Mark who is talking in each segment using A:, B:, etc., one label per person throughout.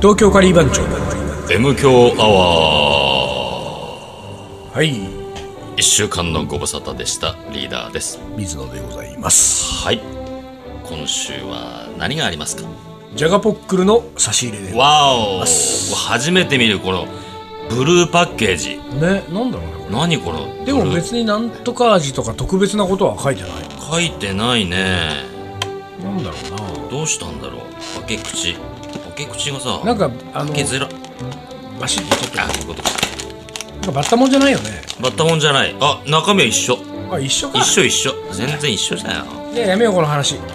A: 東京カリー番長
B: M 強アワ
A: はい
B: ー1週間のご無沙汰でしたリーダーです
A: 水野でございます
B: はい今週は何がありますか
A: ジャガポックルの差し入れでね
B: わお初めて見るこのブルーパッケージ
A: なんだろうねこ
B: 何この
A: れでも
B: ブルー
A: 別になんとか味とか特別なことは書いてない
B: 書いてないね
A: なんだろう
B: どうしたんだろう開け口開け口がさ
A: ななんかあの
B: 開けづら
A: バシッと取って
B: あこういうことか
A: なんかバッタもんじゃないよね
B: バッタもんじゃないあ中身は一緒
A: あ一緒か
B: 一緒一緒全然一緒だよ、
A: いややめようこの話
B: うん、こ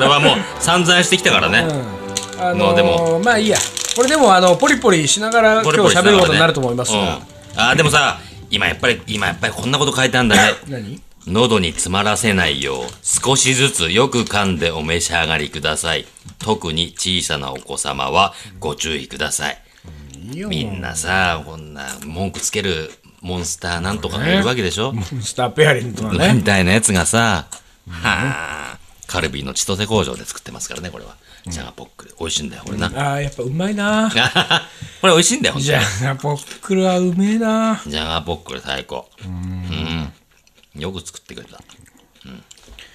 B: れはもう散々してきたからね、
A: うんあ
B: も
A: の
B: う
A: ー、
B: で
A: で
B: も
A: もまあいいやこれでもあのポリポリしながら今
B: ポ
A: 日
B: リポリしなが
A: 喋
B: らね
A: ることになると思いますが、
B: うん、あーでもさ今やっぱり今やっぱりこんなこと書いてあるんだね
A: 何
B: 喉に詰まらせないよう少しずつよく噛んでお召し上がりください特に小さなお子様はご注意ください
A: いいよ
B: みんなさこんな文句つけるモンスターなんとかがいるわけでしょ、
A: スターペアリングとかね
B: みたいなやつがさ、はあカルビーの千歳工場で作ってますからねこれはジャガポックル美味しいんだよこれな
A: あーやっぱうまいな
B: これ美味しいんだよ本当
A: じゃ
B: に
A: あポックルはうめえな
B: ジャガポックル最高うんよく作ってくれた、うん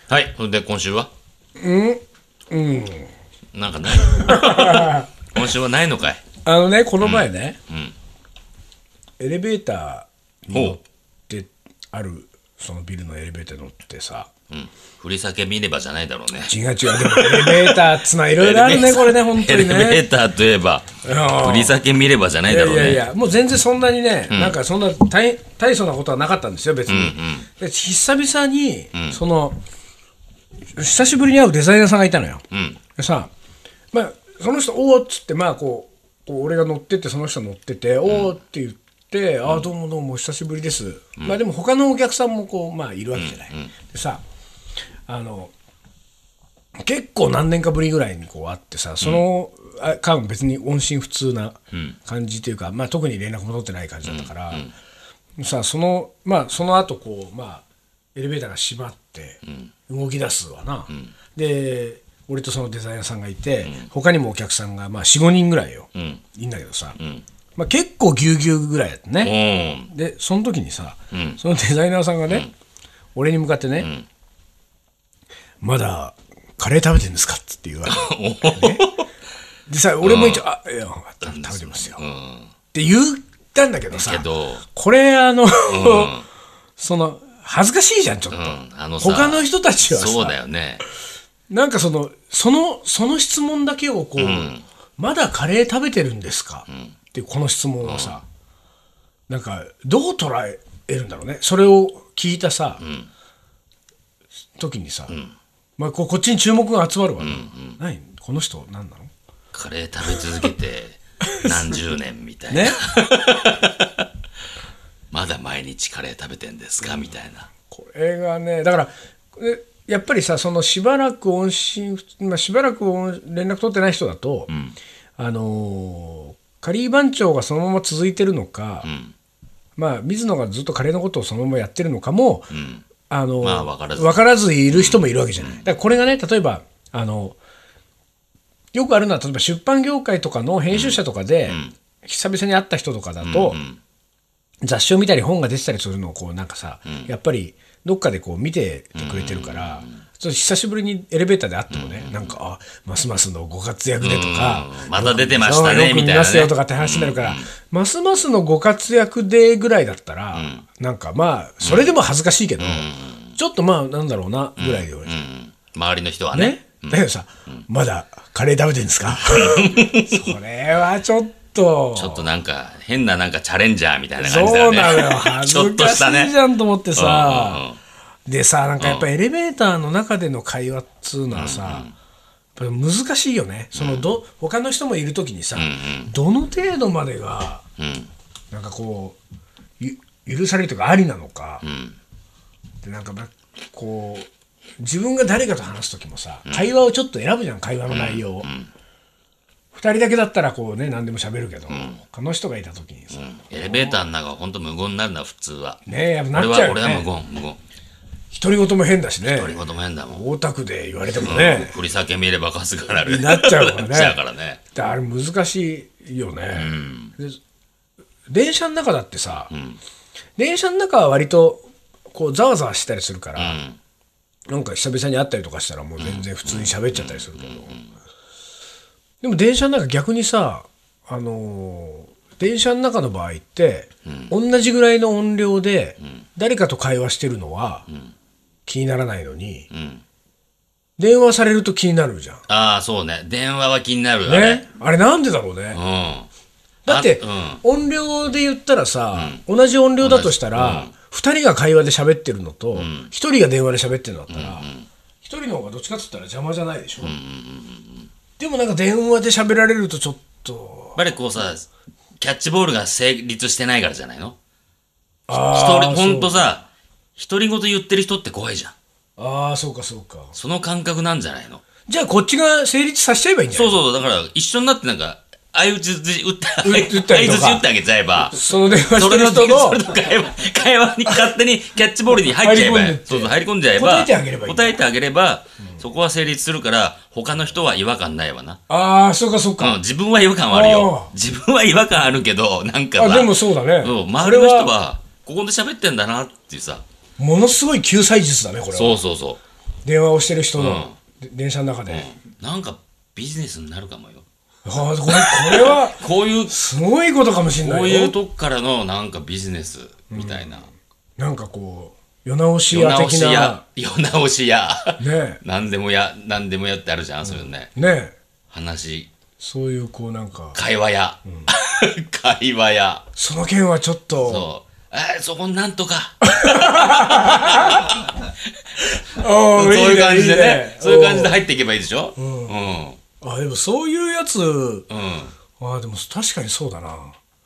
B: はいそれで今週はうんうんなんかない 今週はないのかい
A: あのねこの前ね、
B: ん
A: エレベーターに乗
B: ほ
A: ってあるそのビルのエレベーターに乗ってさ
B: う、うん、振り裂け見ればじゃないだろうね
A: 違う違うでもエレベーターっつないろいろあるねこれね本当に
B: エレベ
A: ね
B: ーターといえば
A: うん
B: 振り裂け見ればじゃない
A: い
B: だ
A: や
B: ろう
A: い
B: ね
A: やいやもう全然そんなにね、なんかそんな大大層なことはなかったんですよ別に、で久々に、その久しぶりに会うデザイナーさんがいたのよ、
B: うん
A: でさ、まあ、その人、おーっつって、まあこう、こう俺が乗ってって、その人乗ってて、おーって言って、ああ、どうもどうも、お久しぶりです。まあでも、他のお客さんもこう、まあ、いるわけじゃない。でさ、あの、結構何年かぶりぐらいにこう会ってさ、そのあ間、別に音信不通な感じというか、まあ、特に連絡も取ってない感じだったから、さそのまあその後こうまあエレベーターが閉まって動き出すわな、で俺とそのデザイナーさんがいて、他にもお客さんが、まあ、45人ぐらいよ、
B: ん
A: いいんだけどさ、まあ、結構ぎゅうぎゅうぐらいやったね、
B: うん
A: でその時にさ、そのデザイナーさんがね、俺に向かってね、まだカレー食べてるんですか?」って言われ て、ねでさ俺も一応「あいや食べてますよ」
B: うん
A: って言ったんだけどさ
B: けど
A: これあの、 その恥ずかしいじゃんちょっと、
B: うんあのさ
A: 他の人たちは
B: そうだ
A: さ
B: よね
A: なんかそのそのその質問だけをこう、まだカレー食べてるんですか、っていうこの質問をさ、なんかどう捉えるんだろうねそれを聞いたさ、時にさ、まあ、ここっちに注目が集まるわ、何この人何なの
B: カレー食べ続けて 何十年みたいな、
A: ね
B: まだ毎日カレー食べてんですかみたいな
A: これがねだからえやっぱりさそのしばらく音信不通、まあ、しばらく音連絡取ってない人だと、あのーカリー番長がそのまま続いてるのか、
B: ん
A: まあ水野がずっとカレーのことをそのままやってるのかも、あのー
B: まあ分からず
A: 分からずいる人もいるわけじゃない。だからこれがね例えばあのよくあるのは例えば出版業界とかの編集者とかで、久々に会った人とかだと、雑誌を見たり本が出てたりするのをこうなんかさ、やっぱりどっかでこう見ててくれてるから、ちょっと久しぶりにエレベーターで会ってもね、なんかあますますのご活躍でとか、
B: うんまた出てましたね
A: よく
B: み
A: よく見
B: たい
A: ま
B: な
A: すよ
B: ね
A: とかって話になるから、ますますのご活躍でぐらいだったら、なんかまあそれでも恥ずかしいけど、ちょっとまあなんだろうなぐらいで俺、
B: うん周りの人はね
A: ね、だけどさ、まだカレー食べてるんですか それはちょっと
B: ちょっとなんか変ななんかチャレンジャーみたいな感
A: そ
B: じだよ
A: う
B: ね
A: な のよ
B: ち
A: 恥
B: ょっ
A: ず
B: と
A: か
B: し
A: した
B: ね
A: いじゃんと思ってさ、
B: うんうん
A: でさなんかやっぱエレベーターの中での会話っつうのはさ、やっぱ難しいよねそのど、他の人もいる時にさ、どの程度までが
B: うん
A: なんかこうゆ許されるというかありなのか、
B: ん
A: でなんかまこう自分が誰かと話す時もさ、会話をちょっと選ぶじゃん会話の内容を、二人だけだったらこうね何でも喋るけど、他の人がいた時にさ、
B: エレベーターの中は本当無言になるな普通は
A: ねえやっぱな
B: 俺
A: っちゃ
B: は
A: うよ
B: 俺
A: ね
B: は無言無言
A: 独り言も変だしね
B: 独り言も変だもん。
A: 大田区で言われてもね、
B: 振り裂け見ればかすがなる。
A: なっちゃうからね
B: なっちゃうからね。
A: であれ難しいよね、で電車の中だってさ、電車の中は割とこうざわざわしたりするから、
B: うん。
A: なんか久々に会ったりとかしたらもう全然普通に喋っちゃったりするけど、でも電車の中逆にさあのー電車の中の場合って、同じぐらいの音量で誰かと会話してるのは気にならないのに、
B: ん
A: 電話されると気になるじゃん。
B: ああ、そうね。電話は気になるわね。
A: ね、あれなんでだろうね、
B: うん。
A: だって、
B: あ
A: 音量で言ったらさ、同じ音量だとしたら、二2人が会話で喋ってるのと、一1人が電話で喋ってるのだったら、一1人の方がどっちかって言ったら邪魔じゃないでしょ、でもなんか電話で喋られるとちょっ
B: や
A: と
B: っぱりこうさ、キャッチボールが成立してないからじゃないの一
A: あ
B: 人、
A: ー
B: ほんとさ、独り言言ってる人って怖いじゃん。
A: そうあーそうかそうか
B: その感覚なんじゃないの
A: じゃあこっちが成立させちゃえばいいんじゃ
B: そ
A: な
B: う
A: い
B: そうそう、だから一緒になってなんか、相打ち打って、相
A: 打打ったりとか
B: 打ち打ってあげちゃえば、
A: その電話し
B: そ
A: て
B: れ
A: る
B: の
A: 人の
B: それと会話、会話に勝手にキャッチボールに入っちゃえば
A: 入り込んでっ、て
B: そうそう、入り込んじゃえば、
A: 答えてあげればいいんだ
B: 答えてあげればそこは成立するから、他の人は違和感ないわな。
A: ああそうかそう
B: う
A: か、
B: ん、自分は違和感はあるよ
A: あ。
B: 自分は違和感あるけど、なんかさ、
A: あでもそうだね
B: うん周りの
A: それは
B: 人は、ここで喋ってんだなっていうさ、
A: ものすごい救済術だねこれは
B: そうそうそ
A: 電話をしてる人の、で電車の中で、
B: う。うんなんかビジネスになるかもよ。
A: ああこれこれは
B: こういう、
A: すごいことかもしれないよ
B: こういうとこからのなんかビジネスみたいな。
A: なんかこう世直し
B: 世
A: 屋
B: 直
A: 的
B: し
A: な
B: や、世直しや。
A: ね
B: 何でもや、何でもやってあるじゃん、そういうのね。
A: えねえ
B: 話、
A: そういうこうなんか
B: 会話や。 会話や。
A: その件はちょっと
B: そう。えー、そこなん とか。
A: ああ
B: そういう感じで
A: いい
B: ね。そういう感じで
A: お
B: 入っていけばいいでしょうん。うん。
A: うあでもそういうやつああでも確かにそうだな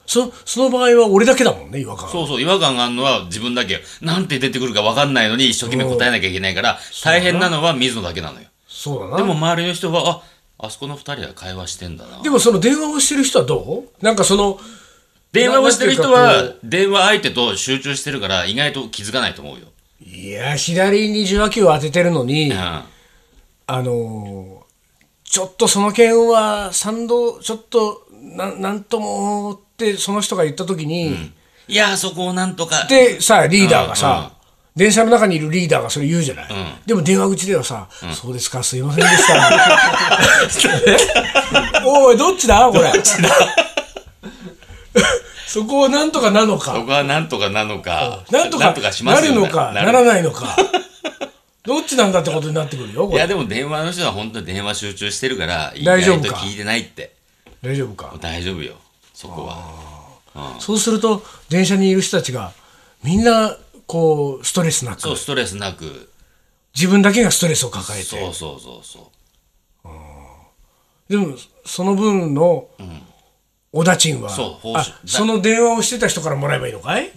A: そその場合は俺だけだもんね違和感
B: そうそう、違和感があるのは自分だけ。なんて出てくるか分かんないのに一生懸命答えなきゃいけないから、大変なのは水野だけなのよ。
A: そうだ
B: で
A: な
B: も周りの人は、あ、あそこの二人は会話してんだな。
A: でもその電話をしてる人はどうなんかその
B: 電話をしてる人
A: なんてい
B: は、電話相手と集中してるから、意外と気づかないと思うよ。
A: いや左に受話器を当ててるのに、
B: うん。
A: あのーちょっとその件は賛同ちょっとなんなんともってその人が言った時に、
B: いや、そこをなんとか。
A: でさリーダーがさ、電車の中にいるリーダーがそれ言うじゃない、でも電話口ではさ、そうですかすいませんでしたおいどっちだこれ そこはなんとかなのか
B: そこはなんとかなのか。
A: なんとか
B: しま
A: な
B: すよ
A: る
B: ね
A: のかな
B: る
A: らないのかどっちなんだってことになってくるよこ
B: いや、
A: れ
B: でも電話の人は本当に電話集中してるから、意
A: 大
B: 外
A: 丈夫
B: と
A: か
B: 聞いてないって。
A: 大丈夫か
B: 大丈夫よ。そこは。
A: そうすると電車にいる人たちがみんなこうストレスな
B: そう、
A: く
B: ストレスなく。
A: 自分だけがストレスを抱えて
B: そうそうそうそ
A: でもその分のおだちんは
B: そう報酬。
A: あその電話をしてた人からもらえばいいのかいう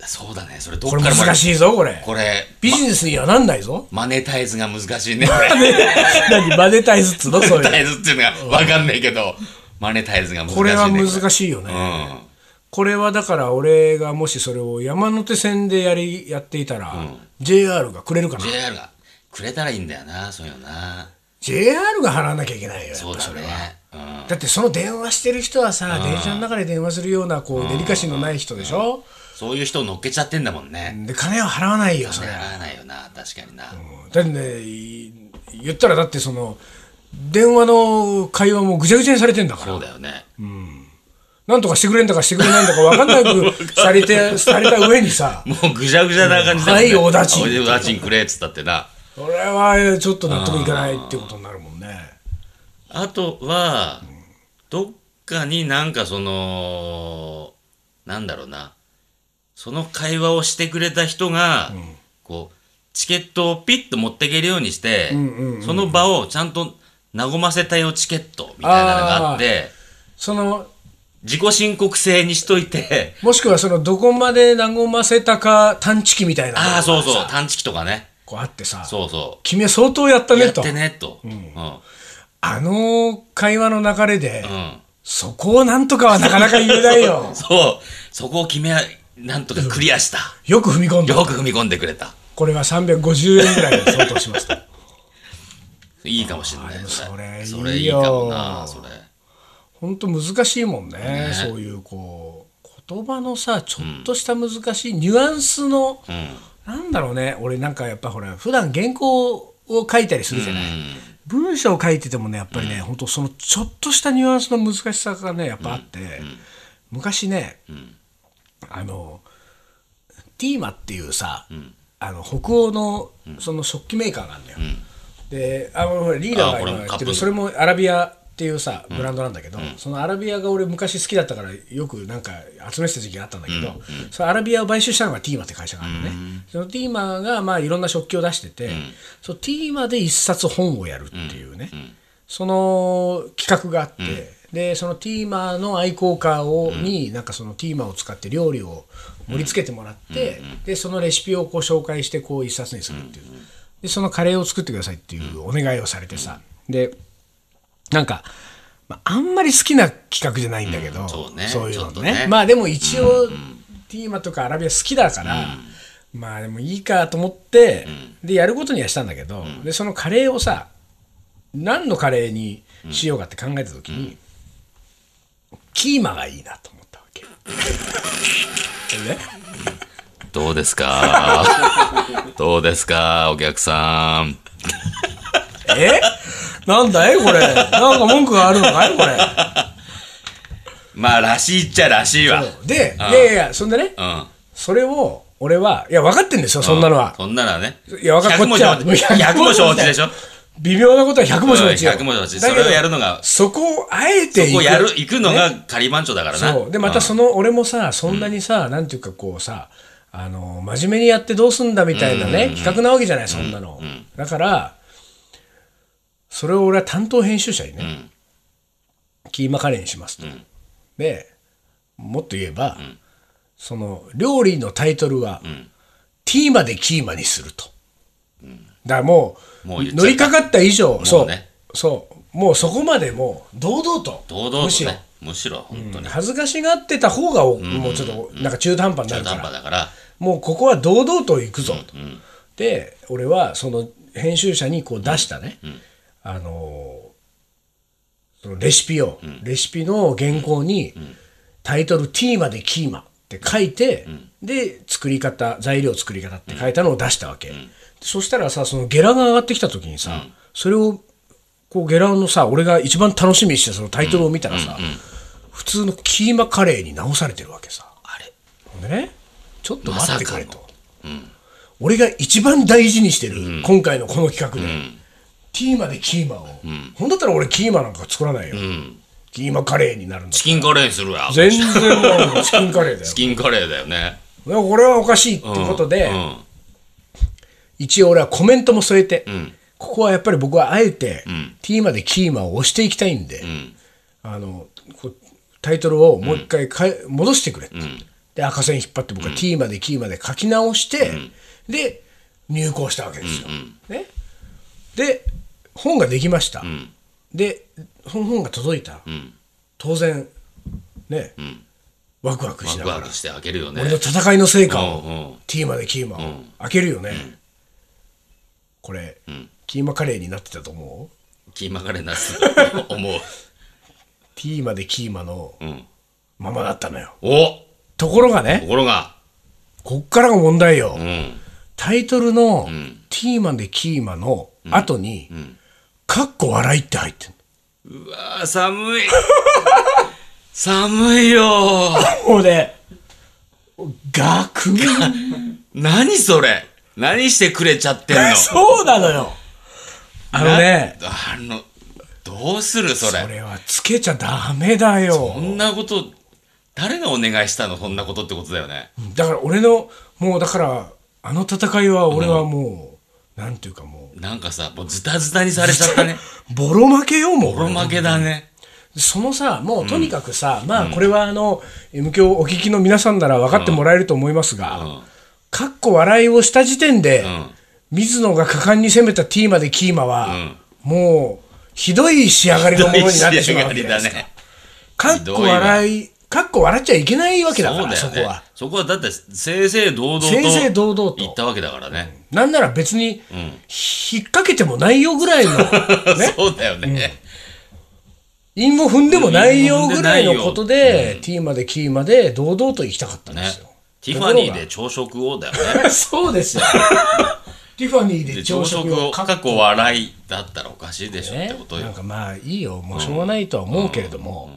B: そうだね。それどっ
A: こ
B: か
A: れ
B: らもら
A: 難しいぞこれ
B: これ、
A: ビジネスにはなんない ぞ
B: マネタイズが難しいね。これ
A: 何マネタイズっつうのそう
B: マネタ
A: いう
B: イズっていうのがわかんないけど、マネタイズが難しいね。
A: これは
B: これ
A: 難しいよね
B: うん。
A: これはだから俺がもしそれを山手線でやりやっていたら、JR がくれるかな
B: JR がくれたらいいんだよな、そういうのな。
A: JR が払わなきゃいけないよやっぱ
B: そうだ
A: それは
B: ね。うん。
A: だってその電話してる人はさ、電車の中で電話するようなこうデリカシーのない人でしょ、
B: そういう人を乗っけちゃってんだもんね。
A: で金は払わないよそれ、
B: 払わないよな、確かにな。
A: だってねい言ったらだってその電話の会話もぐちゃぐちゃにされてんだから
B: そうだよね。
A: なんとかしてくれんだかしてくれないんだか分かんなく されてされた上にさ
B: もうぐじゃぐじゃな感じだも
A: は
B: んね。
A: いおだちん
B: おだちんくれっつったってな。
A: それはちょっと納得いかないってことになるもんね
B: あとは、どっかになんかその、なんだろうな。その会話をしてくれた人が、こう、チケットをピッと持っていけるようにして、その場をちゃんと和ませたよチケットみたいなのがあって、
A: その
B: 自己申告制にしとい て、
A: もしくはそのどこまで和ませたか探知機みたいなのが
B: ああ、そうそう、探知機とかね。
A: こうあってさ
B: そうそ
A: 君は相当やった
B: う。や
A: ね
B: っ
A: と
B: てね、と。うん
A: あの会話の流れで、
B: うん
A: そこをなんとかはなかなか言えないよ。
B: そう、そこを決め、なんとかクリアした。
A: よく踏み込んだ。
B: よく踏み込んでくれた。
A: これは350円ぐらいで相当しますと
B: いいかもしれない
A: あでもそれ
B: それ
A: い
B: い
A: い
B: い
A: よ
B: かもなそれ
A: 本当難しいもんねそういうこう言葉のさちょっとした難しいニュアンスの、なんだろうね俺なんかやっぱほら普段原稿を書いたりするじゃない、文章を書いててもねやっぱりね、本当そのちょっとしたニュアンスの難しさがねやっぱあって、昔ね、あのティーマっていうさ、あの北欧のその食器メーカーがあるんだよ、であのほらリーダーが
B: あ
A: 今
B: 俺も
A: 言
B: カ
A: っ
B: ッ
A: て
B: プ
A: る
B: ヌードル
A: それもアラビアっていうさブランドなんだけど、そのアラビアが俺昔好きだったからよくなんか集めてた時期があったんだけど、そのアラビアを買収したのがティーマって会社があるのね、そのティーマがまあいろんな食器を出してて、そのティーマで一冊本をやるっていうね、その企画があって、でそのティーマの愛好家を、になんかそのティーマを使って料理を盛り付けてもらって、でそのレシピをこう紹介してこう一冊にするっていう、でそのカレーを作ってくださいっていうお願いをされてさ、でなんか、まあ、あんまり好きな企画じゃないんだけど、
B: んそうね
A: いうの
B: ちょっと
A: ね
B: ね
A: まあでも一応、ティーマとかアラビア好きだから、まあでもいいかと思って、でやることにはしたんだけど、でそのカレーをさ何のカレーにしようかって考えた時に、キーマがいいなと思ったわけ。 でね
B: どうで すかどうですかお客さん。
A: えなんだいこれなんか文句があるのかいこ れ。
B: まあ、らしいっちゃらしいわ。
A: で、いやいや、そんでね、
B: うん。
A: それを俺は、いや分かってんですよ、そんなのは。
B: そんなのはね。
A: いや、わか
B: 100
A: こっちは
B: も100も承知でしょ。
A: 微妙なことは100も承知よ。
B: うん100も承知
A: だけど
B: それをやるのが
A: そこをあえて行く
B: こうやる、行くのが仮番長だからな。
A: そう。で、またその、俺もさ、そんなにさ、なんていうかこうさ、あの、真面目にやってどうすんだみたいなね、企画なわけじゃない、そんなの。だから、それを俺は担当編集者にね、キーマカレーにしますと。で、もっと言えば、その、料理のタイトルは、ティーマでキーマにすると。だからもう、
B: もう言っちゃった
A: 乗りかかった以上、
B: も
A: そう
B: ね
A: う、そう、もうそこまでもう、堂々と。
B: 堂々
A: むし
B: と
A: ろ
B: ね。むしろ、本当に。
A: 恥ずかしがってた方がおもうちょっとなんか中途半端にな
B: 中
A: るか
B: 途半
A: ら
B: 端だから。
A: もうここは堂々と行くぞと、で俺はその編集者にこう出したね、あのーそのレシピを、レシピの原稿に、タイトル「ティーマでキーマ」って書いて、で作り方材料作り方って書いたのを出したわけ、そしたらさそのゲラが上がってきた時にさ、それをこうゲラのさ俺が一番楽しみにしてたそのタイトルを見たらさ、普通のキーマカレーに直されてるわけさ
B: あれ
A: ほんでねちょっと待ってくれ
B: ま
A: と、俺が一番大事にしてる、今回のこの企画で、ティーマでキーマを、ほんだったら俺キーマなんか作らないよ、キーマカレーになるんだ
B: チキンカレーにするわ。
A: 全
B: チ
A: 然もうチキンカレーだよ
B: キンカレーだよね。
A: だからこれはおかしいってことで、
B: うん
A: 一応俺はコメントも添えて、
B: ん
A: ここはやっぱり僕はあえて、ティーマでキーマを押していきたいんで、
B: ん
A: あのこうタイトルをもう一回かえ、戻してくれって、で赤線引っ張って僕はティーマでキーマで書き直して、で入稿したわけですよ。ね、で本ができました、でその本が届いた、当然ね、ワクワクしな
B: ワ
A: が
B: ク
A: ら
B: ワクして開けるよね
A: 俺の。戦いの成果を、
B: うんうん
A: ティーマでキーマを、開けるよね、これ、キーマカレーになってたと思う
B: キーマカレーな す。思う。
A: ティーマでキーマの
B: うん。
A: ままだったのよ、
B: お
A: ところが
B: と
A: ね
B: ころが。
A: こっからが問題よ、
B: うん。
A: タイトルの、ティーマでキーマの後に、かっこ笑いって入ってる
B: うわー寒い 寒いよー
A: もうねガクン
B: 何それ何してくれちゃってんの
A: そうなのよ あのね
B: なあのどうするそれ
A: これはつけちゃダメだよ
B: こんなこと誰がお願いしたのそんなことってことだよね
A: だから俺のもうだからあの戦いは俺はもう、なんていうかも
B: なんかさもうズタズタにされちゃったね
A: うボロ負けよ もう
B: ボロ負けだね
A: そのさもうとにかくさ、まあこれはあの M 響お聞きの皆さんなら分かってもらえると思いますが、
B: うん
A: かっこ笑いをした時点で、
B: ん
A: 水野が果敢に攻めたティーマでキーマは、もうひどい仕上がりのものになってしまうわけじゃないですか。
B: ひどい仕上がりだね
A: かっこ笑いかっこ笑っちゃいけないわけだから
B: そうだ
A: そこ
B: よね
A: は
B: そこはだって正々堂々と
A: 正々堂々と
B: 行ったわけだからね、
A: なんなら別に
B: ん
A: 引っ掛けてもないよぐらい の、ね、
B: そうだよね、
A: 陰も踏んでもないよぐらいのことで、T までキーまで堂々と行きたかったんで
B: ね
A: すよ。
B: ティファニーで朝食をだよね
A: そうです よ。ティファニーで
B: で
A: 朝
B: 朝
A: 食
B: 食
A: を
B: を
A: か
B: 過
A: っ
B: 去笑いだったらおかしいでしょって
A: ね
B: こと
A: なん
B: よ、
A: かまあいいよもうしょうがないとは思うけれども、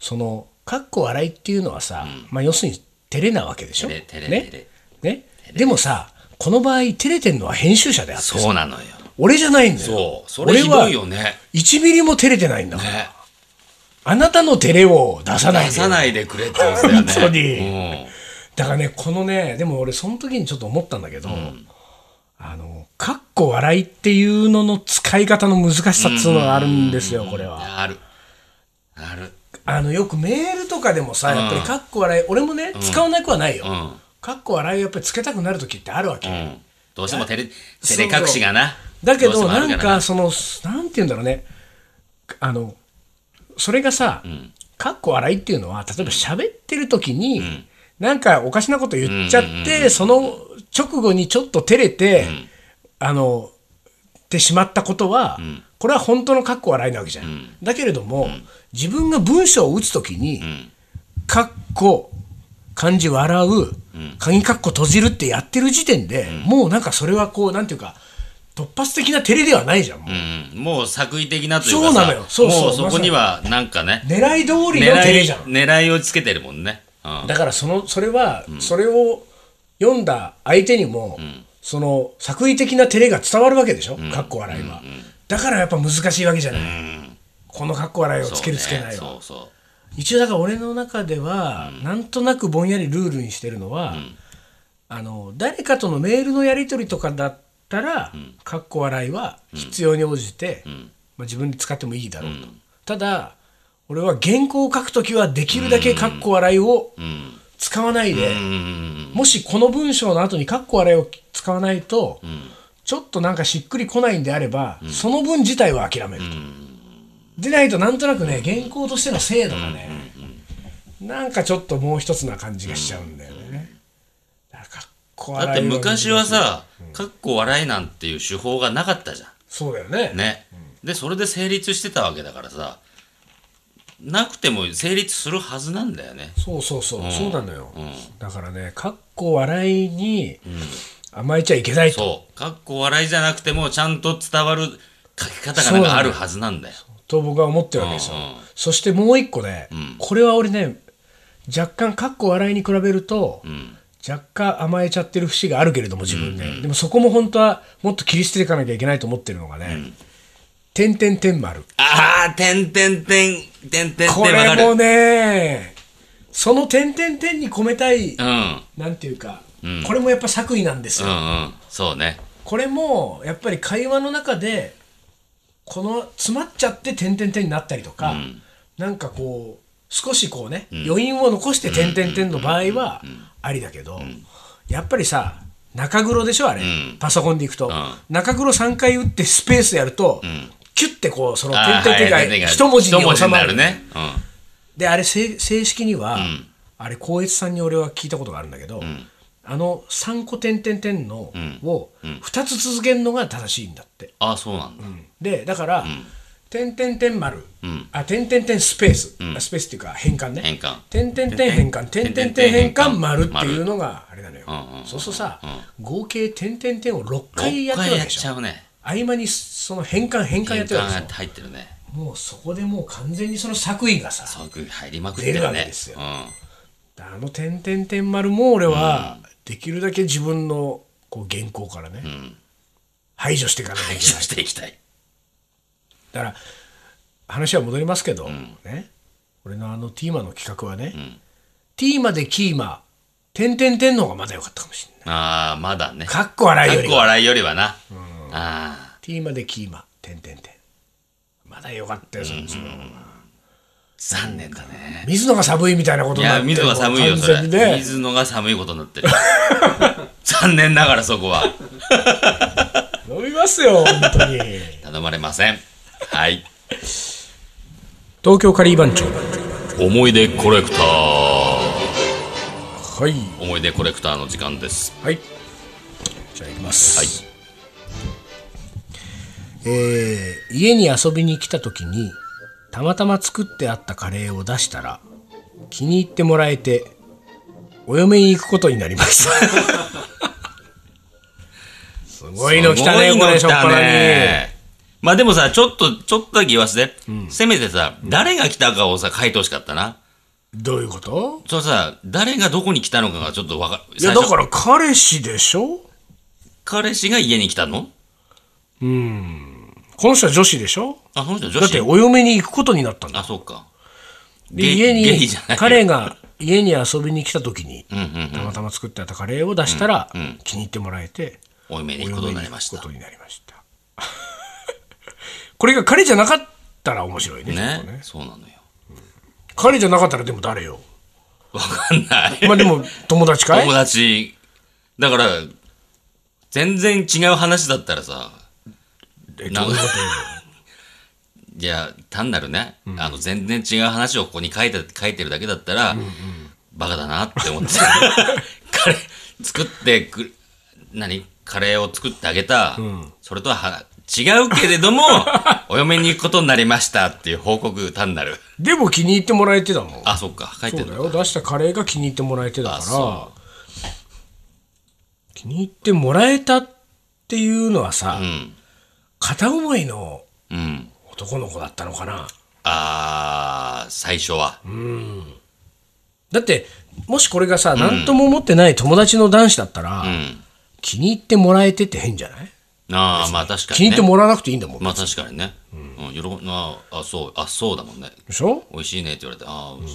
A: そのかっこ笑いっていうのはさ、まあ要するに照れなわけでしょ
B: 照れ照れ
A: ね
B: 照れ
A: ねでもさこの場合照れてんのは編集者であってさ
B: そうなのよ
A: 俺じゃないんだよ
B: そうそれひどいよね
A: 俺は1ミリも照れてないんだから、
B: ね
A: あなたの照れを出さないで
B: 出さないでくれってことだよね
A: 本当に
B: うん
A: だからねこのねでも俺その時にちょっと思ったんだけど、あのかっこ笑いっていうのの使い方の難しさっつうのがあるんですよこれは。
B: あるある
A: あのよくメールとかでもさやっぱり
B: うん
A: かっこ笑い俺もね使わなくはないよ。
B: うん
A: かっこ笑いをやっぱりつけたくなる時ってあるわけ。
B: うんどうしても照れ照れ隠しがな
A: だけ
B: うして
A: ど
B: もあ
A: な
B: る
A: ん
B: ら
A: かそのなんて言うんだろうねあのそれがさ、かっこ笑いっていうのは例えば喋ってる時に、なんかおかしなこと言っちゃって、その直後にちょっと照れて、あのってしまったことは、これは本当のかっこ笑いなわけじゃん。だけれども、自分が文章を打つ時に、かっこ漢字笑う、鍵かっこ閉じるってやってる時点で、もうなんかそれはこうなんていうか突発的な照れではないじゃん、もう
B: うんもう作為的なというかさ
A: そうなのよそうそう
B: もうそこにはなんかね
A: 狙い通りの照
B: 狙
A: れ
B: い
A: じゃん
B: 狙いをつけてるもんね、うん、
A: だからそのそれは、それを読んだ相手にも、その作為的な照れが伝わるわけでしょ、かっこ笑いは、だからやっぱ難しいわけじゃない、このかっこ笑いをつけるつけないは、
B: そうねそうそう
A: 一応だから俺の中では、なんとなくぼんやりルールにしてるのは、あの誰かとのメールのやり取りとかだったら、かっこ笑いは必要に応じて、まあ、自分で使ってもいいだろうと、ただ俺は原稿を書くときはできるだけかっこ笑いを使わないで、
B: うん
A: もしこの文章の後にかっこ笑いを使わないと、ちょっとなんかしっくりこないんであれば、その文自体は諦めると。でないとなんとなくね原稿としての精度がね、なんかちょっともう一つな感じがしちゃうんだよね。だからかっこ笑い
B: だって昔はさ、かっこ笑いなんていう手法がなかったじゃ
A: そうだよね
B: ん。ね、でそれで成立してたわけだからさなくても成立するはずなんだよね
A: そうそうそう、そうなのよ、だからねかっこ笑いに甘えちゃいけないと,、
B: そうかっこ笑いじゃなくてもちゃんと伝わる書き方がなんかあるはずなんだよ
A: と僕は思ってるわけですよ、
B: うんうん
A: そしてもう一個ね、これは俺ね若干かっこ笑いに比べると、
B: ん
A: 若干甘えちゃってる節があるけれども自分で、でもそこも本当はもっと切り捨てていかなきゃいけないと思ってるのがね「点点点丸」
B: ああてんてんてんてんてんてん
A: こ
B: わか
A: れ
B: る
A: もねその点点点に込めたい、
B: うんうん
A: なんていうか、これもやっぱ作為なんです
B: う
A: よ、
B: んそうね
A: これもやっぱり会話の中でこの詰まっちゃって点点点になったりとか、なんかこう少しこうね、余韻を残して点点点の場合はありだけど、やっぱりさ中黒でしょあれ、パソコンでいくと、中黒3回打ってスペースやると、キュッてこうその
B: あ
A: 点
B: ー
A: 点点
B: はい点々
A: が一文字に収
B: 一文字に
A: ま
B: な
A: る
B: るねうん
A: であれ正正式には、あれ光悦さんに俺は聞いたことがあるんだけど、あの3個点点点のを2つ続けるのが正しいんだって、
B: ああそうなんだ
A: でだから、点点点丸、あ点点点スペース、あスペースっていうか変換ね
B: 変換
A: 点点点変換点点点変換丸っていうのがあれなのよ、
B: んうん
A: そうするとさ、合計点点点を6回や
B: 6
A: ってる
B: 回
A: わ
B: や
A: け
B: っ
A: でし
B: ち
A: ょ
B: ゃうね
A: 合間にその変換変換やってるわけでしょ
B: 入ってるね
A: もうそこでもう完全にその作為がさ
B: 即入りまくって
A: 出る
B: る
A: わけ
B: ね
A: ですよ
B: う
A: あの点点点丸も俺はできるだけ自分のこう原稿からね、
B: ん
A: 排除していかなきゃい
B: ん
A: けない
B: していきたい
A: だから話は戻りますけど、ね俺のあのティーマの企画はね、ティーマでキーマ点点点の方がまだ良かったかもしれない
B: ああまだね
A: かっこ笑い
B: か
A: よ
B: っ
A: り
B: こ
A: は
B: 笑いよりはなああ
A: ティーマでキーマ点点点まだ良かったよそっちの方が
B: 残念だね
A: 水野が寒いみたいなこと
B: い
A: になっ
B: や
A: て
B: 水野が寒いよ
A: もう
B: そ
A: 完
B: れ
A: 全にね
B: 水野が寒いことになってる 残念ながらそこは
A: 飲みますよ本当に
B: 頼まれませんはい
A: 東京カリー番長
B: 思い出コレクター
A: こはい
B: 思い出コレクターの時間です
A: はいじゃあいきます、えー家に遊びに来た時にたまたま作ってあったカレーを出したら気に入ってもらえてお嫁に行くことになりま したすごいの来たね
B: すごい
A: こ
B: の
A: れ
B: 来
A: しょっぱ
B: た
A: なに、
B: ねまあでもさちょっとちょっとだけ言わせて、せめてさ誰が来たかをさ書いてほしかったな
A: どういうこと
B: そうさ誰がどこに来たのかがちょっとわか
A: いや
B: 最
A: だ
B: 初
A: から彼氏でしょ
B: 彼氏が家に来たの
A: この人は女子でしょ
B: あその人女
A: だって
B: 子
A: お嫁に行くことになったんだ
B: あそうか
A: で
B: ゲイ
A: 家
B: ゲイ
A: に
B: じゃない
A: 彼が家に遊びに来た時に
B: うんうん
A: たまたま作ってあったカレーを出したら気に入ってもらえて
B: お嫁に行くことになりまし
A: お
B: た
A: 嫁に行くことになりました これが彼じゃなかったら面白いねちょっと
B: ね
A: ね
B: そうなのよ
A: 彼じゃなかったらでも誰よ
B: わかんない
A: まあでも友達かい
B: 友達だから全然違う話だったらさ
A: え
B: なんかいや単なるね、あの全然違う話をここに書いて書いてるだけだったら、バカだなっ て思ってカレー作ってくる何カレーを作ってあげた、それとはは違うけ れどもお嫁に行くことになりましたっていう報告単なる
A: でも気に入ってもらえてたもん
B: あそっか書いて
A: そう
B: る
A: だ
B: の
A: よ出したカレーが気に入ってもらえてだか
B: あ
A: ら
B: そ
A: 気に入ってもらえたっていうのはさ、
B: ん
A: 片思いの
B: ううん
A: 男の子だったのかな
B: あー最初は、
A: だってもしこれがさ何とも思ってない友達の男子だったら、
B: うん
A: 気に入ってもらえてって変じゃない
B: ああまあ確か
A: 気に入
B: に、ね
A: って、もらわなくていいんだもん、
B: まあ確かにね、うん、喜んああそうあそうだもんね
A: でしょ
B: 美味しいねって言われて、ああ、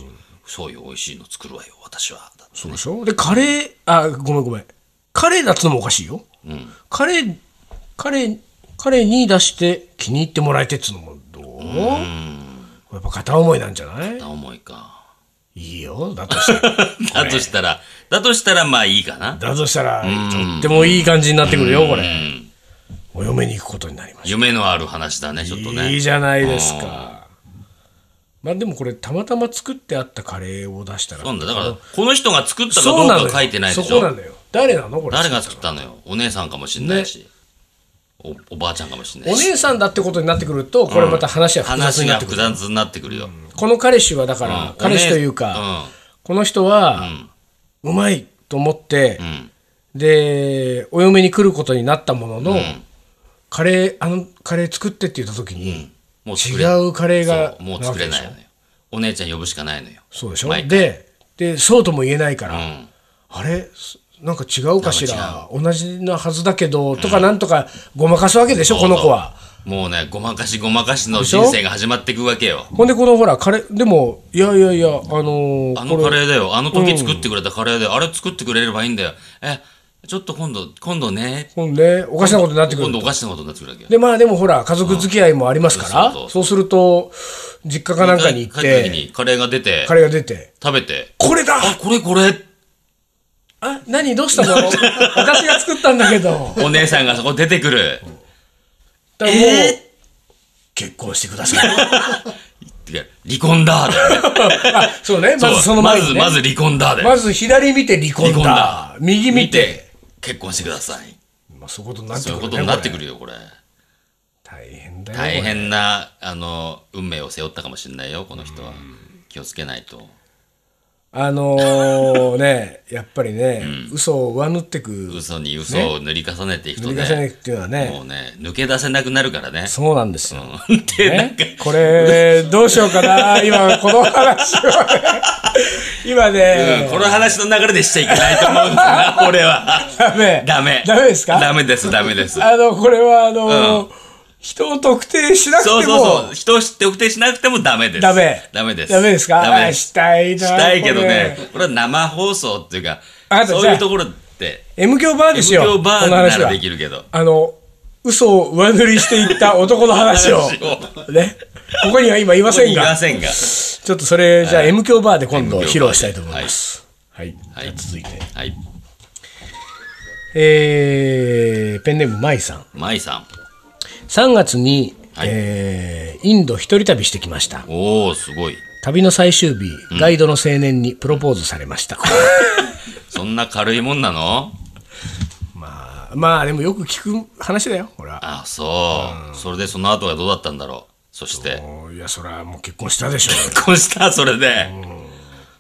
B: そうよ、美味しいの作るわよ、私は。だ
A: そうでしょでカレーあごめんごめんカレーだっつのもおかしいよ
B: うん。
A: カレーカレーカレーに出して気に入ってもらえてっつのもどう、やっぱ片思いなんじゃない
B: な思いか。
A: いいよだと したら
B: だとしたら、だとしたらまあいいかな。
A: だとしたらとってもいい感じになってくるよこ
B: う
A: れ
B: ん。
A: お嫁に行くことになりました
B: 夢のある話だね、ちょっと
A: い
B: ね
A: い。じゃないですか。まあでもこれたまたま作ってあったカレーを出したら。
B: そうなんだ。だから、この人が作ったかどうかは書いてないでし
A: そうな
B: ょ。
A: のよ。誰なのこれ。
B: 誰が作ったのよ。お姉さんかもしんないし、お、おばあちゃんかもしんな
A: お
B: いし。
A: 姉さんだってことになってくると、これまた話は複雑
B: 話
A: になっ
B: が
A: てく
B: 複
A: る。
B: 雑になってくるよ。
A: この彼氏はだから、彼氏というか、この人は、うまいと思って
B: お、姉、うん。
A: で、お嫁に来ることになったものの
B: ん、
A: カレー、あのカレー作ってって言った時に、
B: うん。もう作れ
A: 違うカレーが
B: そう、もう作れない
A: わけ
B: の
A: でし
B: よ。お姉ちゃん呼ぶしかないのよ。
A: ょそうでしょ
B: 毎回
A: で、で、そうとも言えないから
B: う、ん。
A: あれすなんか違うかしら同じなはずだけどとかなんとかごまかすわけでしょ、この子は
B: もうね、ごまかしごまかしの人生が始まっていくわけよ。
A: ほんでこのほらカレーでもいやいやいやあのー
B: あ
A: こ
B: の
A: れ
B: カレーだよ。あの時作ってくれたカレーで、あれ作ってくれればいいんだよ。え、ちょっと今度、今度ね。
A: ほんでおかしなことになってく
B: 今
A: る
B: 度おかしなことになってくるわけよ。
A: でまあでもほら家族付き合いもありますから、
B: うんそう
A: そうすると実家かなんかに行っ
B: 帰った時
A: て
B: にカレーが出て
A: カ、レーが出て
B: 食べて、
A: 「これだ
B: あ、これこれ
A: あ何どうしたの 私が作ったんだけど」
B: お姉さんがそこ出てくる。
A: だからもう、
B: え
A: 結婚してください
B: てか離婚だだよね。
A: あそうね まずその前に、ね、
B: まず、まず離婚だだよ。
A: まず左見て離婚だ
B: 離婚だ
A: 右見て、
B: 結婚してください。
A: まあ、そういうことになって
B: そう
A: く
B: い
A: る、ね、
B: うことになって
A: こ
B: く
A: れ
B: るよ、これ。
A: 大変だよ
B: 大
A: これ
B: 変な、あの、運命を背負ったかもしれないよ、この人は。気をつけないと。
A: あのー、ねやっぱりね、嘘を上塗ってく塗
B: 嘘に嘘を塗り重ねていくと
A: り
B: ね
A: 重ねっていうのはね
B: もうね抜け出せなくなるからね。
A: そうなんですよ、
B: うんでなん
A: ね
B: か、
A: これどうしようかな今この話をね今
B: うん
A: ね、
B: この話の流れでしちゃいけないと思うんだ な俺は。
A: ダメ
B: ダメ。
A: ダメですか
B: ダメですダメです。
A: あのこれはあのー人を特定しなくて
B: そ
A: も
B: うそうそう人を知って特定しなくてもダメです。
A: ダメ
B: ダメです。
A: ダメですか
B: ダメで
A: あし
B: す。
A: たいな
B: したいけどね
A: これ
B: これは生放送っていうか
A: あと
B: そう
A: じゃ
B: いう
A: あ
B: ところって。
A: M 響バーですよ
B: M 響バー
A: この話
B: な
A: は
B: らできるけど
A: あの嘘を上塗りしていった男の話を
B: 話
A: ねここには今いません
B: い
A: が
B: ませんが。
A: ちょっとそれ、じゃあ M 強バーで今度
B: M
A: 披
B: 響
A: 露
B: バーで
A: したいと思います。はい。
B: はい
A: じゃあ続いて。
B: はい。
A: えー、ペンネームまいさん。
B: 舞さ
A: 3月に、
B: はい
A: えーインド一人旅してきました
B: ん。。おおすごい。
A: 旅の最終日、ガイドの青年にプロポーズされました。
B: そんな軽いもんなの
A: まあまあでもよく聞く話だよほら
B: あそう、それでその後はどうだったんだろうそして
A: もういやそりゃもう結婚したでしょ
B: 結婚したそれで、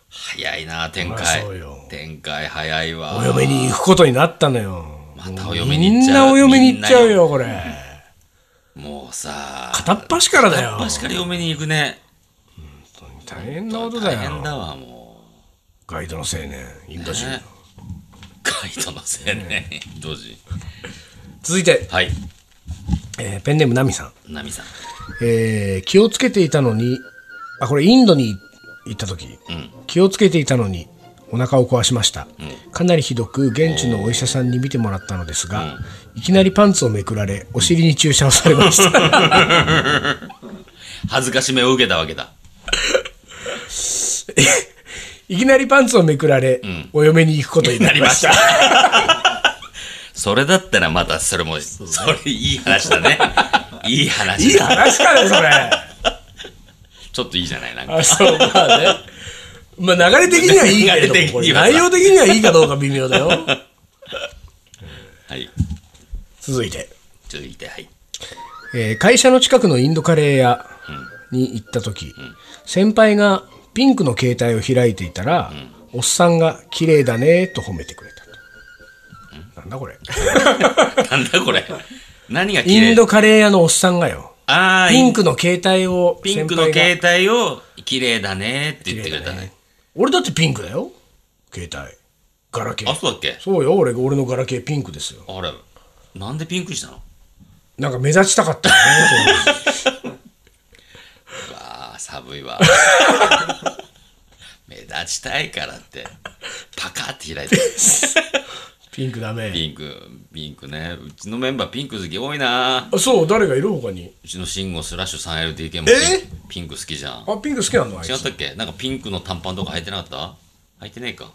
B: 早いな展
A: まあ
B: 開、
A: そうよ
B: 展開早いわ
A: お嫁に行くことになったのよ
B: またお嫁に行っち
A: みん
B: ゃう
A: なお嫁に行っちゃうよこれ
B: もうさ
A: 片っ端からだよ
B: 片っ端から嫁に行くね
A: 大変なことだ
B: 大変
A: よ
B: だわも
A: ガイドの青年インド
B: う、
A: 人、
B: ね、ガイドの青年ジョージ
A: 続いて、
B: はい
A: えーペンネームナミさん、
B: ナミさん
A: えー気をつけていたのにあこれインドに行った時、気をつけていたのにお腹を壊しました、かなりひどく現地のお医者さんに見てもらったのですが、いきなりパンツをめくられお尻に注射をされました
B: 恥ずかしめを受けたわけだ
A: いきなりパンツをめくられ、お嫁に行くことにな
B: な
A: り
B: り
A: ま
B: ま
A: し
B: したたそれだったらまたそれもそれいい話だ ねいい話
A: いい話かねそれ
B: ちょっといいじゃないなんか
A: あそうま あねまあ流れ的にはいいけれどもこ
B: 流れ的に
A: れ
B: は
A: 内容的にはいいかどうか微妙だよ
B: はい
A: 続いて、
B: ちょっといてはい
A: えー会社の近くのインドカレー屋に行った時、先輩がピンクの携帯を開いていたら、おっさんが「綺麗だね」と褒めてくれたと、なんだこ れ
B: なんだ これ何が綺
A: イン
B: 麗
A: ドカレー屋のおっさんがよ
B: ああ
A: ピンクの携帯を
B: ピンク
A: 先
B: の
A: 輩が
B: 携帯を綺麗だねって言ってくれたね
A: 俺だってピンクだよ携帯ガラケー
B: あそうだっけ
A: そうよ俺俺のガラケーピンクですよ
B: あれなんでピンクにしたの
A: なんか目立ちたかったよね
B: うわあ寒 いわ目立ちたいからってパカって開 いて
A: ピンクダメ
B: ピンクピンクねうちのメンバーピンク好き多いな
A: あそう誰がいる他に
B: うちの慎吾スラッシュ 3LDK も
A: え
B: ピンピンク好きじゃん
A: あピンク好きなのあい
B: 違っ
A: つ
B: たっけなんかピンクの短パンとか履いてなかった履いてねえか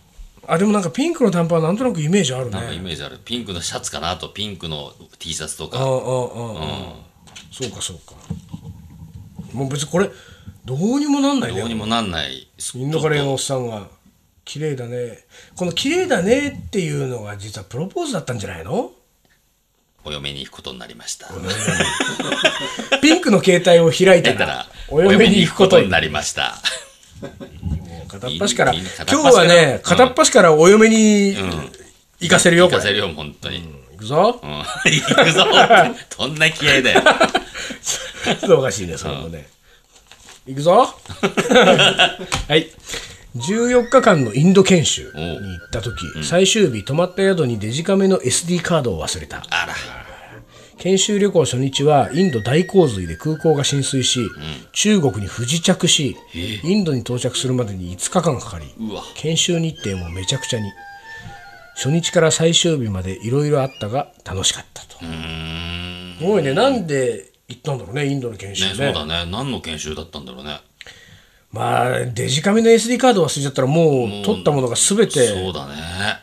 A: あでもなんかピンクの短パンなんとなくイメージあるね
B: なんかイメージあるピンクのシャツかなあとピンクの T シャツと
A: ああああ
B: か
A: あそうかそうかもう別にこれどうにもなんない
B: どうに
A: ね
B: もなんない
A: インドカレーのおっさんが「綺麗だね」この「綺麗だね」っていうのが実はプロポーズだったんじゃないの
B: お嫁に行くことになりました
A: ピンクの携帯を開いた
B: だから ら
A: お嫁に行くことにな
B: りました
A: 片っ端から
B: いい
A: 今
B: いい片っ
A: 日
B: 端から
A: はね
B: うん
A: 片っ端からお嫁に行かせるよ
B: 行
A: こ
B: かせ
A: れ
B: るよ本当に、うん、
A: 行くぞ
B: 行くぞどんな気合だよ
A: ちょっとおかしいね、それもね。いくぞ はい。14日間のインド研修に行った時、最終日泊まった宿にデジカメの SD カードを忘れた。
B: あら
A: 研修旅行初日はインド大洪水で空港が浸水し、中国に不時着し、インドに到着するまでに5日間かかり
B: うわ、
A: 研修日程もめちゃくちゃに。初日から最終日までいろいろあったが楽しかったと。
B: うーんね
A: すごいね、なんで行ったんだろうね、インドの研修
B: そうだね何の研修だったんだろうね
A: まあデジカメの SD カード忘れちゃったらもう取ったものが全て
B: そうだね
A: あ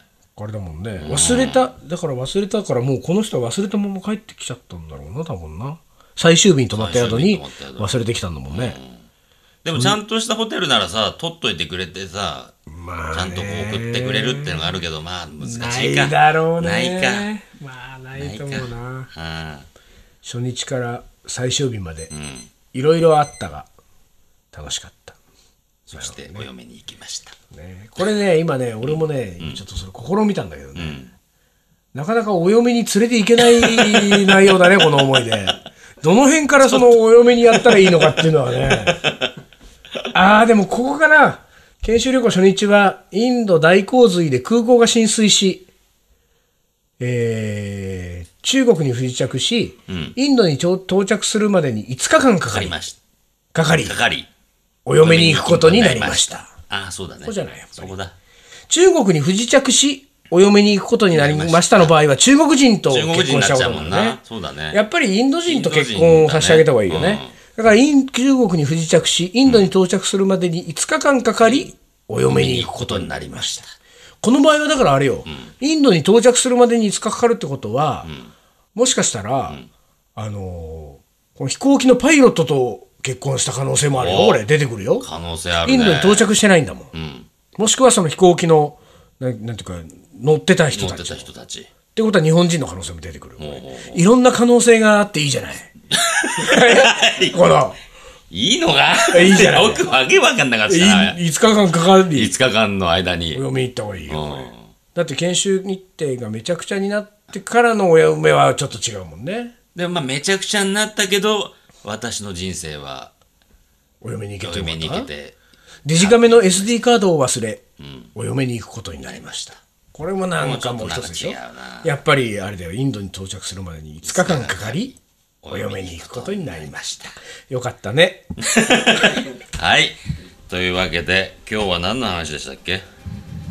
A: れだもんね忘れただから忘れたからもうこの人は忘れたまま帰ってきちゃったんだろうな多分な最終日に泊まった宿に
B: 最終日に泊まった宿
A: 忘れてきたんだもんね、
B: でもちゃんとしたホテルならさ取っといてくれてさ
A: まあ
B: ちゃんとこう送ってくれるってのがあるけどまあ難しいか
A: ないだろうね
B: ないか
A: まあないと思うな
B: うん
A: 初日から最終日までいろいろあったが楽しかった、
B: そしてお嫁に行きました
A: ね、これね今ね俺もね、ちょっとそれ試みたんだけどね、なかなかお嫁に連れていけない内容だ ね、この思いで。どの辺からそのお嫁にやったらいいのかっていうのは ね。ああ、でもここかな。研修旅行初日は、インド大洪水で空港が浸水し、えー中国に不時着し、インドに到到着するまでに5日間か
B: か
A: か
B: かり
A: り、
B: まし
A: かかり
B: た、かかり
A: お嫁に行くことになりました。
B: ああそうだね
A: こじゃないやっぱり
B: そこだ
A: 中国に不時着し、お嫁に行くことになりましたの場合は、中国人と
B: 中国
A: 結
B: 人
A: 婚
B: にな
A: し
B: っち
A: た
B: ゃう
A: こ
B: も
A: と
B: ん
A: だね
B: な。そうだね
A: やっぱりインド人と結婚を差し上げた方がいいよ
B: インド人
A: ね
B: だね。
A: だからイン中国に不時着し、インドに到着するまでに5日間かかり、お嫁に
B: 行
A: 行
B: く
A: くこ
B: こ
A: とと
B: に
A: に
B: な
A: な
B: り
A: り
B: ま
A: ま
B: し
A: したた。この場合はだからあれよ、インドに到着するまでに5日かかるってことは、もしかしたら、あのーこの飛行機のパイロットと結婚した可能性もあるよ。
B: お
A: 俺、出てくるよ。
B: 可能性ある
A: イ
B: ね
A: ンドに到着してないんだもん
B: うん
A: もしくはその飛行機のななんていうか乗ってた人
B: 乗ったて
A: ち
B: た
A: っ
B: 人たち。
A: てことは日本人の可能性も出てくる、
B: おうおう
A: いろんな可能性があっていいじゃ ないこの
B: いいのが
A: いいじゃない
B: 奥わけわかんなかったな。
A: い5日間かか
B: 5
A: り
B: 日間の間に。
A: お
B: うん。
A: 嫁に行った方がいいよ、だって研修日程がめちゃくちゃになってからのお嫁はちょっと違うもんね
B: でもまあめちゃくちゃになったけど、私の人生は
A: お嫁に行け
B: お
A: てよか
B: 嫁
A: っ
B: に
A: た
B: 行けて、
A: デジカメの SD カードを忘れ、お嫁に行くことになりましたこれもなんかもう一つでしょ
B: もうちょっとなんか違うな
A: やっぱりあれだよインドに到着するまでに5日間かかりお嫁に行くことになりましたよかったね
B: はい。というわけで、今日は何の話でしたっけ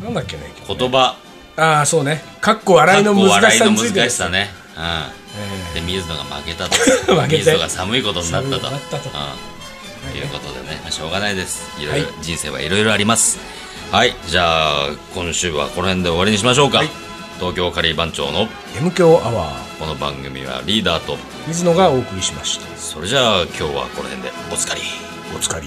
A: なんだっけね
B: 言葉、
A: ああそうねかっこ笑いの
B: かっこ
A: 難
B: 笑
A: し
B: い
A: さ
B: の
A: について
B: 難
A: で
B: し
A: す
B: さね。うん。で、水野が負けたと。
A: 負けて
B: 水野が寒いことになった
A: 寒い
B: と。
A: ことになったと
B: うん。ということでね、まあしょうがないです。いろいろ、人生はいろいろあります。はい。じゃあ、今週はこの辺で終わりにしましょうか。東京カリー番長の
A: M 強アワー
B: この番組はリーダーと、
A: 水野がお送りしました
B: それじゃあ今日はこの辺でおつかり。
A: お疲れ